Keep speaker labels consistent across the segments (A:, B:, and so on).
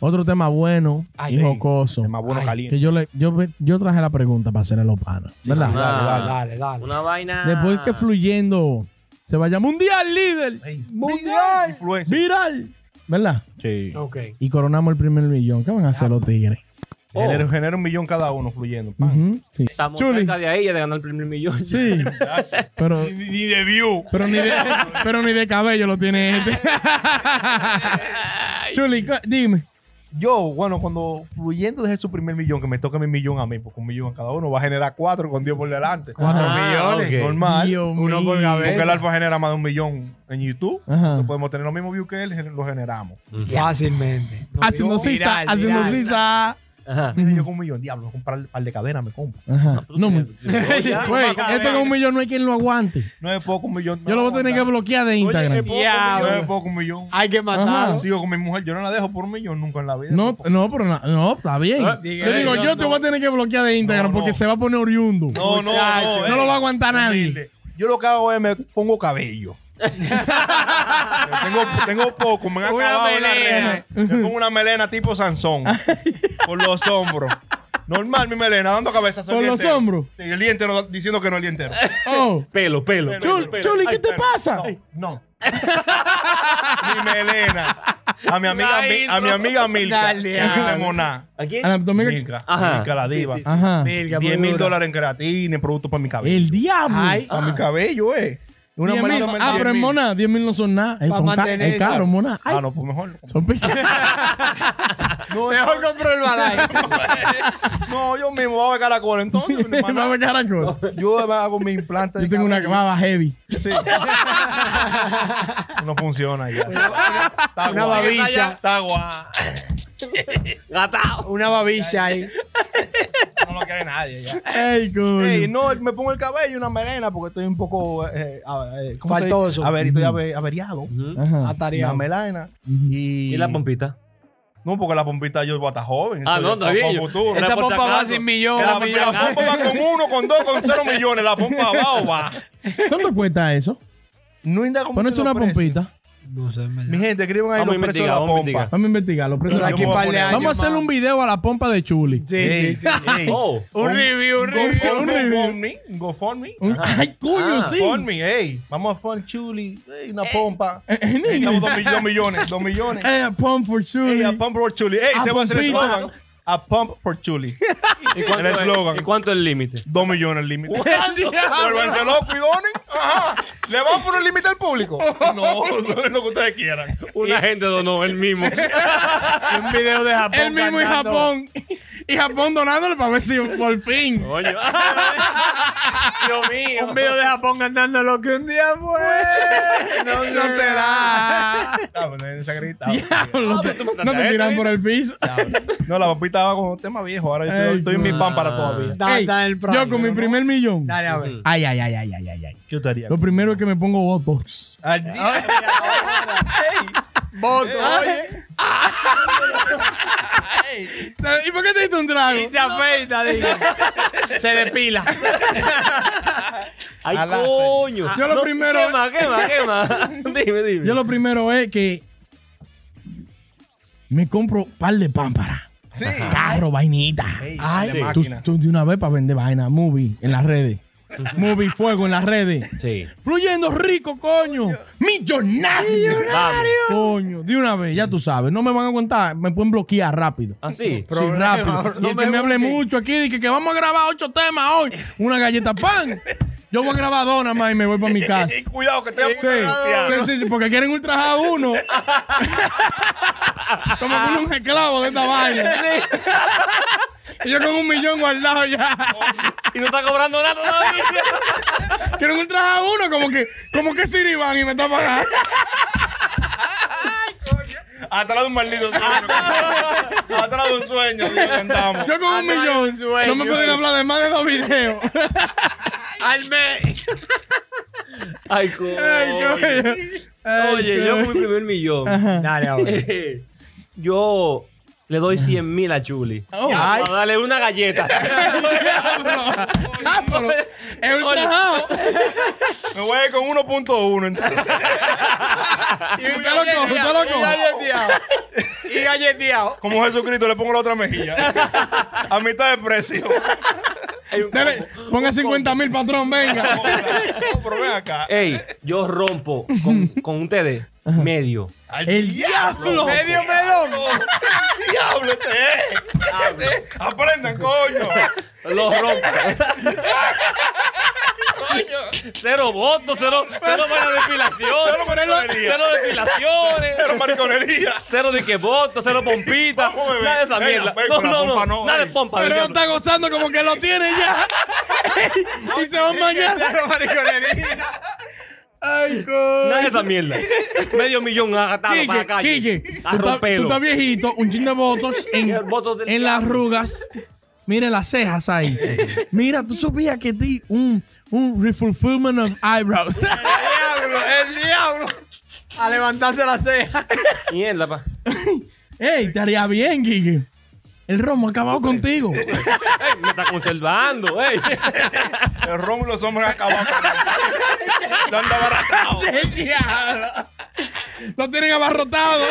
A: Otro tema bueno
B: Ay,
A: y
B: ey,
A: jocoso.
B: tema bueno,
A: Ay,
B: caliente.
A: Que yo, le, yo, yo traje la pregunta para hacerle a los panas. ¿Verdad?
C: sí,
B: Dale, dale, dale.
D: Dale, dale.
C: Ah. Una vaina.
A: Después que fluyendo se vaya mundial líder,
D: Mundial.
B: Influencer.
A: viral, ¿verdad?
B: Sí.
D: Ok.
A: Y coronamos el primer millón. ¿Qué van a hacer los tigres?
C: Oh,
B: Genera, genera un millón cada uno fluyendo. pan.
A: Ujú, sí.
C: estamos
A: Chuli.
C: cerca de ahí ya de ganar el primer millón.
A: Sí, pero,
B: Ni, ni de view.
A: pero, ni de, pero ni de cabello lo tiene este. Chuli, cu- dime.
B: Yo, bueno, cuando fluyendo deje su primer millón, que me toca mi millón a mí, porque un millón a cada uno va a generar cuatro con Dios por delante.
A: Cuatro
C: Ah, millones.
B: Normal.
A: Dios
D: Uno
A: mío.
D: por cabeza.
B: Porque el alfa genera más de un millón en YouTube.
A: Ajá.
B: Entonces podemos tener lo mismo view que él, gen- lo generamos.
D: Fácilmente. Nos
A: Haciendo
D: vimos
A: sisa,
D: viral,
A: haciendo
D: viral.
A: sisa.
C: Ajá.
B: Mire, yo con un millón, diablo, un par, par de cadenas me compro.
A: Ajá. No, mu-
C: Oye,
A: Güey, esto con un millón no hay quien lo aguante.
B: No es poco un millón.
A: Yo lo voy a tener que Ah. bloquear de Instagram.
D: poco,
B: No
D: diablo.
B: es poco un millón.
D: Hay que matarlo.
A: Ajá.
B: Sigo con mi mujer, yo no la dejo por un millón nunca en la vida.
A: No, no, pero na- no, está bien.
D: Ah,
A: Yo digo, yo te voy a tener que bloquear de
B: No,
A: Instagram
B: no.
A: porque se va a poner oriundo.
B: No, no, no. eh.
A: No lo va a aguantar nadie.
B: Humilde. Yo lo que hago es me pongo cabello. tengo, tengo poco, me han
D: Una
B: acabado la
D: melena.
B: melena. Me pongo una melena tipo Sansón. por los hombros. Normal mi melena, dando cabezas.
A: Por los hombros.
B: El día entero diciendo que no el día entero.
A: Oh,
C: Pelo, pelo.
B: Pero,
A: Chul-
B: pero,
A: Chuli,
B: ay,
A: ¿qué te
B: pero,
A: pasa?
B: No. no. mi melena. A mi
C: La
B: amiga, Mi- a mi
C: intro.
B: amiga Milka.
D: Dale, dale.
B: en Lemoná.
C: ¿A quién?
A: a la domingo-
B: Milka.
C: Ajá.
B: Milka la
C: Sí,
B: diva.
C: sí, sí.
A: Ajá.
D: pues
B: 10 mil dólares en creatina, en productos para mi cabello.
A: El diablo.
D: Ay.
B: Para mi cabello, eh.
A: 10 Ah. mil.
B: melena
A: Ah, pero en Mona, 10 mil no son nada. Eh,
D: Pa'
A: Son ca-
D: mantener
A: es caro,
D: eso.
A: Mona. Ay,
B: Ah, no, pues mejor.
A: son pi-
B: No,
D: Mejor compro el balay.
B: no, yo mismo voy a ver caracol entonces. mi hermana.
A: Vamos, caracol.
B: yo me hago mi implante. de
A: Yo tengo una
B: cabello.
A: baba heavy.
B: Sí. no funciona ya.
D: Una babilla.
B: Está guá.
C: Gatao.
D: Una babilla ahí.
B: No lo quiere nadie ya.
A: Ey, coño.
B: Ey, no, me pongo el cabello y una melena porque estoy un poco. Eh, a- eh, ¿cómo se dice?
D: Faltoso.
B: A ver, estoy ave- averiado.
A: Ajá.
B: La
D: Atareado.
B: melena.
A: Ujú.
B: Y,
C: ¿Y la pompita?
B: No, porque la pompita yo voy a estar joven.
C: Ah, no,
B: Eso
C: está
B: es
C: bien.
B: para futuro.
C: Era
D: Esa
C: por si
D: pompa va
C: acaso.
D: sin millón.
B: La,
D: millón.
B: la pompa va con uno, con dos, con cero millones. La pompa va o va.
A: ¿Cuánto cuesta eso?
B: No indaga mucho
A: Ponerse
B: los
A: una
B: precios.
A: pompita.
D: No sé, me
B: Mi gente, escriban ahí
C: Vamos a
B: los precios de
C: investigar,
B: la
C: vamos a
B: pompa.
C: investigar.
A: Vamos a investigar los precios.
D: Pero
A: de la
D: aquí
B: Yo me voy
A: pompa.
D: par
B: a
D: de
B: poner-
D: años.
A: Vamos a hacerle un video a la pompa de Chuli.
D: Sí, sí, sí.
B: ey.
C: Oh.
D: Un review, un review.
B: Un
A: Un review.
B: GoFundMe, un GoFundMe.
A: Un- Ay, coño,
C: Ah,
A: sí.
B: GoFundMe, ey. Vamos a fund chuli, ey, una pompa.
A: en
B: Ey, Estamos dos,
A: inglés.
B: mill- dos millones, dos millones.
A: Eh, pump for Chuli.
B: Ey, a pump for chuli. Ey,
A: A
B: se va a hacer el
A: pompita.
B: slogan. A pump for chuli.
C: ¿Y cuánto
B: El
C: es-
B: eslogan.
C: ¿Y cuánto es el límite?
B: Dos millones el límite.
A: Diablo.
B: Vuélvanse locos y donen. Ajá. ¿Le van por un límite al público? No, no es lo que ustedes quieran.
C: Una gente donó el mismo.
D: Un video de Japón.
A: Él mismo y
D: cantando.
A: Japón. Y Japón donándole para ver si por fin.
C: Coño. Dios mío.
D: Un video de Japón cantando lo que un día fue.
B: No, será. No, pues, no, esa grita.
A: Diablo, te- no te tiran por el piso.
B: No, la papita va con un tema viejo. Ahora yo estoy,
A: Ey,
B: estoy en mi
C: no.
B: pan para todavía.
D: Da-
A: Ey,
D: da el
A: yo con mi
D: ¿no?
A: primer millón.
D: Dale, a ver.
A: Ay, ay, ay, ay, ay, ay, ay.
B: ¿Qué estaría?
A: Lo primero es que me pongo Botox.
B: Al día. Eh,
D: Voto. oye.
A: ¿Y por qué te diste un trago?
D: Y se afeita, digo. Se depila.
C: Ay,
B: Al láser.
C: coño.
A: Yo lo primero-
C: Quema, quema, quema. dime, dime.
A: Yo lo primero es que me compro un par de pámparas.
B: Sí.
A: Carro, vainita.
B: Ey,
C: Ay,
B: de
C: sí.
A: Tú,
B: máquina.
A: tú de una vez para vender vaina, movie en las redes. movie fuego en las redes.
C: Sí.
A: Fluyendo rico, coño. Millonario.
C: Vamos.
A: Coño, de una vez, ya tú sabes. No me van a aguantar, me pueden bloquear rápido.
B: Ah,
C: Así.
A: Sí, rápido. y el que me hable mucho aquí, dije que vamos a grabar ocho temas hoy. Una galleta pan. Yo voy a grabar dos nada más y me voy para mi casa.
B: Ey, cuidado que te
A: Sí, sí, sí, sí, porque quieren ultrajar a uno. Como con un esclavo de esta vaina. Y yo con un millón guardado ya.
C: Y no está cobrando nada todavía.
A: Quieren ultrajar a uno como que, como que Sir Iván y me está pagando.
B: Atrás de un maldito trono. Atrás lado un sueño. Dios, cantamos.
A: Yo con un
D: Atrás de un
A: millón.
D: sueño.
A: No me pueden hablar de más de dos videos.
D: Al mes.
C: Ay, coño.
A: Ay, coño. Ay,
C: Oye, yo
A: coño.
C: con mi primer millón.
B: Dale, ahora.
C: eh, yo le doy 100 mil a Chuli.
A: Oh.
C: Ay. Para darle una galleta.
A: Ah, pero es un
C: Oye.
A: trajado.
B: Me voy a ir con 1.1. entonces.
A: Y usted lo coge, usted lo coge.
D: galleteado. Y galleteado.
B: Como Jesucristo, le pongo la otra mejilla. A mitad de precio.
A: Dele, ponga 50 mil, patrón, venga.
B: No, pero ven acá.
C: Ey, yo rompo con, con un TD medio.
B: ¡El diablo!
D: Medio melón.
B: ¡El diablo este es! Este es. ¡Aprendan, coño!
C: Lo rompo. Cero votos, cero, cero para depilación.
B: Cero mariconería.
C: Cero depilaciones.
B: ¡Pero mariconería!
C: Cero de que votos, cero pompitas.
B: Vamos, bebé.
C: Nada de esa
B: Venga,
C: mierda.
B: ven
C: no,
B: con la
C: no,
B: pompa,
C: no.
B: no,
C: Nada
B: ey.
C: de pompa.
A: Pero no
C: diablo.
A: está gozando como que lo tiene ya. y se va mañana.
D: Cero mariconería.
A: Ay,
C: Nada de
A: coño.
C: esa mierda. Medio millón agatado para la calle.
A: Quique, Quique,
C: A
A: tú estás- tú
C: romperlo.
A: estás viejito, un chin de botox en,
C: Botox del
A: en las
C: diablo.
A: arrugas. Mira las cejas ahí. Mira, tú supías que di un, un refulfillment of eyebrows.
D: diablo, el diablo. A levantarse la ceja.
C: Mierda, pa.
A: ¡Ey, te haría bien, Quique! El romo ha acabado contigo.
C: Ey, me está conservando, ey.
B: El romo y los hombres acaban con Lo han abarrotado.
A: ¡El diablo! Lo tienen abarrotado.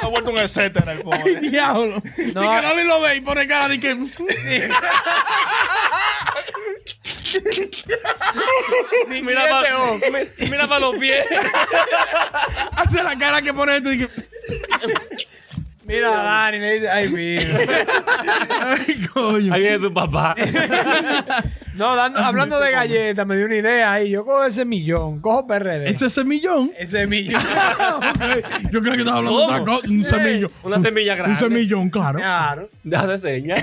B: Se ha vuelto un etcétera el pobre.
A: ¡El diablo! Y
D: No.
A: que Loli lo ve y pone cara de que...
C: Mira para mira pa los pies.
A: Hace la cara que pone este y que...
D: Mira a Dani, le dice, ay, mira.
A: ¡Ay, coño!
C: Ahí viene tu papá.
D: No, dando-
A: Ah,
D: hablando de galletas, me dio una idea ahí. Yo cojo ese millón, cojo PRD.
A: ¿Ese semillón?
D: Ese millón.
A: Ok, Yo creo que estaba hablando de otra
C: ¿Cómo?
A: cosa. Un semillo.
C: Una semilla grande.
A: Un semillón, claro.
D: claro.
C: Deja de señas.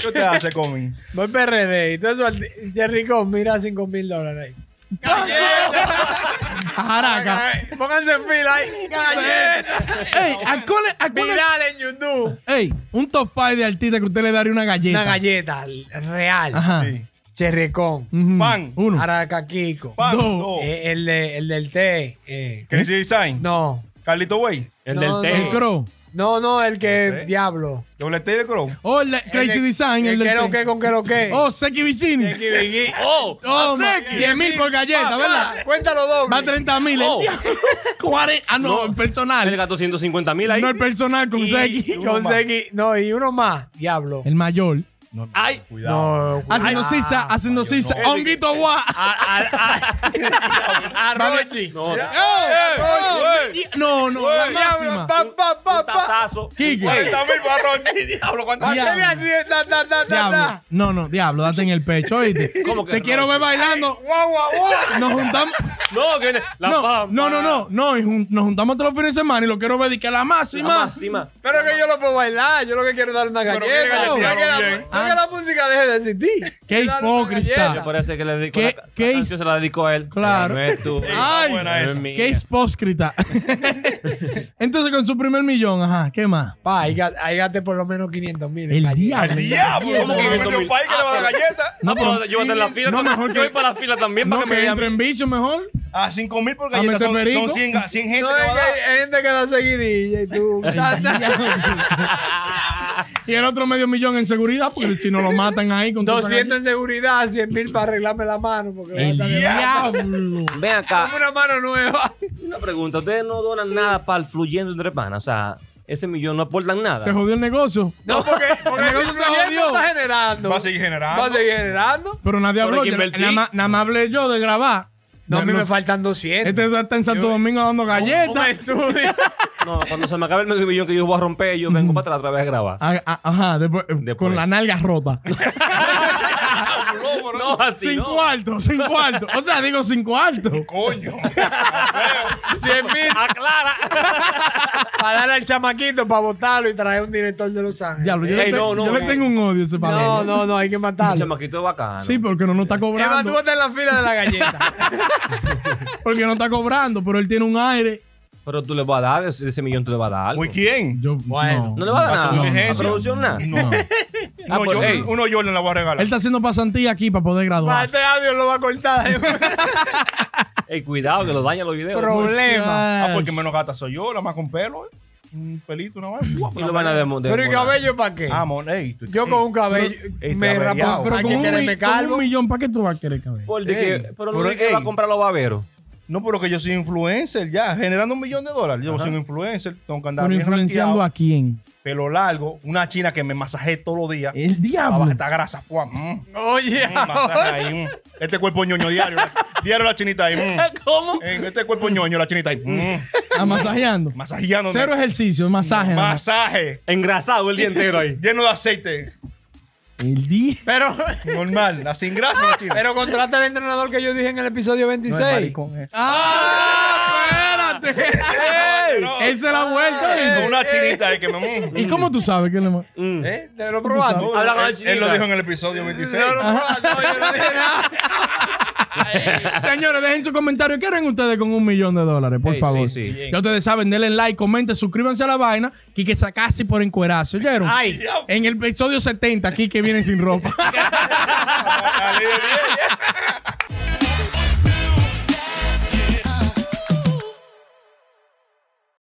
B: ¿Qué usted hace, Comin?
D: Voy PRD. Y todo eso, al- Jerry Cos, mira 5 mil dólares ahí.
A: Jaraca.
D: Pónganse en fila ahí. Galletas.
A: ¡Ey! ¿A cuál, es- a cuál es-
D: Viral en YouTube.
A: ¡Ey! Un top 5 de artista que usted le daría una galleta.
D: Una galleta real.
A: Ajá.
B: Sí.
D: Cherrecón.
A: Ujú.
B: Pan.
A: Uno.
D: Aracaquico.
B: Pan,
A: No.
B: no.
D: Eh, el, de- el del té. eh,
B: Crazy Design.
D: no.
B: Carlito Way.
C: El
D: No,
C: del
D: no.
A: El
C: té.
A: crow.
D: No, no, el que.
B: Ok.
D: Diablo.
B: Doble T de Crow.
A: Oh, el de Crazy
D: El de-
A: Design. El,
D: El
A: del
D: que
A: té.
D: lo que con que lo que.
A: Oh, Seki Vicini.
D: Seki Bigui.
C: ¡Oh!
A: Oh, 10 mil por galleta, ¿verdad?
D: "Ah, Cuéntalo
A: Va
D: doble.
A: a 30 mil. el
C: Oh.
A: día. 40. Ah, no, el
C: Él
A: personal.
C: gastó 150 mil ahí.
A: No el personal con
D: Y-
A: Seki.
D: Con
B: más.
D: Seki. No, y uno más. Diablo.
A: El mayor.
C: ¡Ay!
D: No,
A: Haciendo
D: cuidado.
A: sisa, haciendo sisa. Honguito guá.
D: Arrochi.
C: No,
B: Ya.
A: Oh,
C: ey.
A: y- No, no, la
D: Diablo,
A: máxima.
D: pa, pa,
C: un
D: pa, pa.
C: tazazo.
A: Quique.
B: 40 mil barrones. Diablo, ¿cuánto
A: Ya.
D: Hacele así, ta, ta, ta, ta,
A: Diablo.
D: ta.
A: No, no, diablo, date en el pecho, oíste.
C: ¿Cómo que
A: Te
C: no?
A: quiero ver bailando.
D: Guau, guau, guau.
A: Nos juntamos.
C: No, que viene la
A: No,
C: pampa.
A: no, no, no, no, y jun- nos juntamos todos los fines de semana y lo quiero ver y que la
C: La
A: máxima.
C: máxima.
D: Pero que yo lo puedo bailar, yo lo que quiero es darle una
B: Pero
D: galleta.
B: quiere
D: No,
B: galletear
D: que la,
B: bien.
D: no que la música deje de existir.
A: Ah, Qué
D: Darle una
A: hipócrita.
D: galleta.
C: Yo parece que le dedico la,
A: ¿Qué-
C: la
A: qué
C: canción
A: hizo?
C: se la dedico a él.
A: Claro.
C: No es tú.
B: Está
A: Ay,
B: buena
C: No es
B: esa.
C: mía.
A: Qué hipócrita. Entonces, con su primer millón, ajá, ¿qué más?
D: Pa, ahí ga- ahí gaste por lo menos 500 mil.
A: El diablo.
B: ¡Al diablo!
C: ¿Cómo
B: ¿Cómo
C: que
B: que
C: metió
B: metió
C: mil?
B: un país que le va a dar galleta?
A: No,
C: pero
A: pero-
C: yo voy a estar en la fila.
A: No,
C: también.
A: mejor
C: yo voy
A: que-
C: para la fila también
A: No,
C: para que me
A: que
C: vean.
A: entre en bicho mejor.
B: A 5 mil por
A: A
B: galleta.
A: meter
B: Son,
A: perico.
B: son 100, ga- 100 gente
D: No,
B: que
D: es
B: va a
D: que
B: dar.
D: hay gente que da seguidilla y tú. ta, ta.
A: Y el otro medio millón en seguridad, porque si no lo matan ahí con tanta
D: 200 en seguridad, 100 mil para arreglarme la mano. Porque va a
A: galleta.
D: estar de-
A: El diablo.
C: Ven acá.
D: Dame una mano nueva.
C: Una pregunta. Ustedes no donan nada para el fluyendo entre panas. O sea, ese millón no aportan nada.
A: Se jodió el negocio.
D: No, porque, porque
A: El
D: el
A: negocio está
D: proyecto
A: jodido.
D: está generando.
B: Va a seguir generando.
D: Va a seguir generando.
A: Pero nadie
C: Pero hay
A: habló.
C: que
A: yo-
C: invertir.
A: Nada más- nada más hablé yo de grabar.
D: No, a mí
A: Los-
D: me faltan 200.
A: Este está en Santo Domingo dando
D: Un
A: galletas.
D: estudio.
C: No, cuando se me acabe el medio millón que yo voy a romper, yo vengo para atrás otra vez a grabar.
A: Ah, ah, Ajá, después, eh,
C: Después.
A: con la nalga rota.
C: No, así
A: sin
C: no.
A: cuarto, sin cuarto. O sea, digo sin cuarto.
B: Coño.
D: 100 mil
C: Aclara.
D: para darle al chamaquito para botarlo y traer un director de Los Ángeles.
A: Diablo, yo,
C: Ey,
A: le,
C: no, no,
A: yo le
C: no.
A: tengo un odio a ese
D: no,
A: palo.
D: no, no, hay que
C: El
D: matarlo.
C: chamaquito es bacano.
A: Sí, porque no, no está
D: Eva, tú
A: cobrando.
D: estás en la fila de la galleta.
A: Porque no está cobrando, pero él tiene un aire.
C: Pero tú le vas a dar, de ese millón tú le vas a dar algo.
B: Uy, ¿quién?
A: Yo,
D: Bueno,
C: No le vas a dar
A: No,
C: nada.
A: no,
C: a
A: no.
C: producción nada.
A: No.
C: Ah,
B: uno,
C: pues,
B: yo,
C: hey.
B: uno Jordan la voy a
A: Él
B: regalar.
A: está haciendo pasantía aquí para poder
D: Ah,
A: graduarse.
D: Este audio lo va a cortar.
C: Ey, cuidado, que lo dañan los videos.
D: Pero-
A: Pues,
D: problema.
B: Ah, porque menos gata soy yo, la más con pelo. eh. Un pelito, una vaina. Guau,
C: Y
B: una
C: lo van a
B: vaina.
C: demostrar.
D: Pero ¿y cabello para qué?
B: Ah, eh, mon, ey, tú-
D: Yo
B: ey,
D: con un cabello
B: ey,
D: me
B: está
D: rapo.
B: averiado.
A: Pero
D: hay
A: con
D: que
A: un, mi-
D: quererme
A: con un
D: calvo.
A: millón, ¿para qué tú vas a querer cabello?
C: Por de
B: Ey,
C: que, pero no
B: pero
C: de que
B: ey.
C: va a comprar los baberos.
B: No, pero que yo soy influencer ya, generando un millón de dólares. Yo soy un influencer, tengo que andar
A: Pero
B: bien
A: influenciando
B: rankeado,
A: a quién?
B: pelo largo, una china que me masaje todos los días.
A: El
B: Para bajar
A: diablo.
B: esta grasa, fuá. mm,
D: Oye,
B: mm, masaje ahí, mm. Este cuerpo ñoño diario. la- diario la chinita ahí. mm.
C: ¿Cómo?
B: En este cuerpo ñoño, la chinita ahí. mm,
A: Ah, masajeando.
B: Masajeando.
A: Cero ejercicio, masaje. nada más.
B: Masaje.
C: Engrasado el día entero ahí.
B: Lleno de aceite.
A: El día.
D: pero,
B: Normal. la sin grasa la china.
D: pero contrata al entrenador que yo dije en el episodio
B: No,
D: 26.
B: es maricón, eh.
A: ¡Ah! Espérate.
B: No,
A: Esa es la
B: con
A: vuelta. ¿eh?
B: una chinita ahí que me. mm.
A: ¿Y cómo tú sabes que le ma-
C: Mm.
D: ¿Eh? ¿Te lo probaste?
B: No,
C: Habla con la
B: él,
C: chinita.
B: él lo dijo en el episodio 26.
D: No, no, no, yo no dije nada.
A: Señores, dejen su comentario. ¿Qué harán ustedes con un millón de dólares? Por
C: Ey,
A: favor.
C: sí, sí.
A: Ya ustedes saben, denle like, comenten, suscríbanse a la vaina. Quique está casi por encuerazo. ¿Oyeron?
D: Ay.
A: En el episodio 70, Quique viene sin ropa.
B: Salí de bien.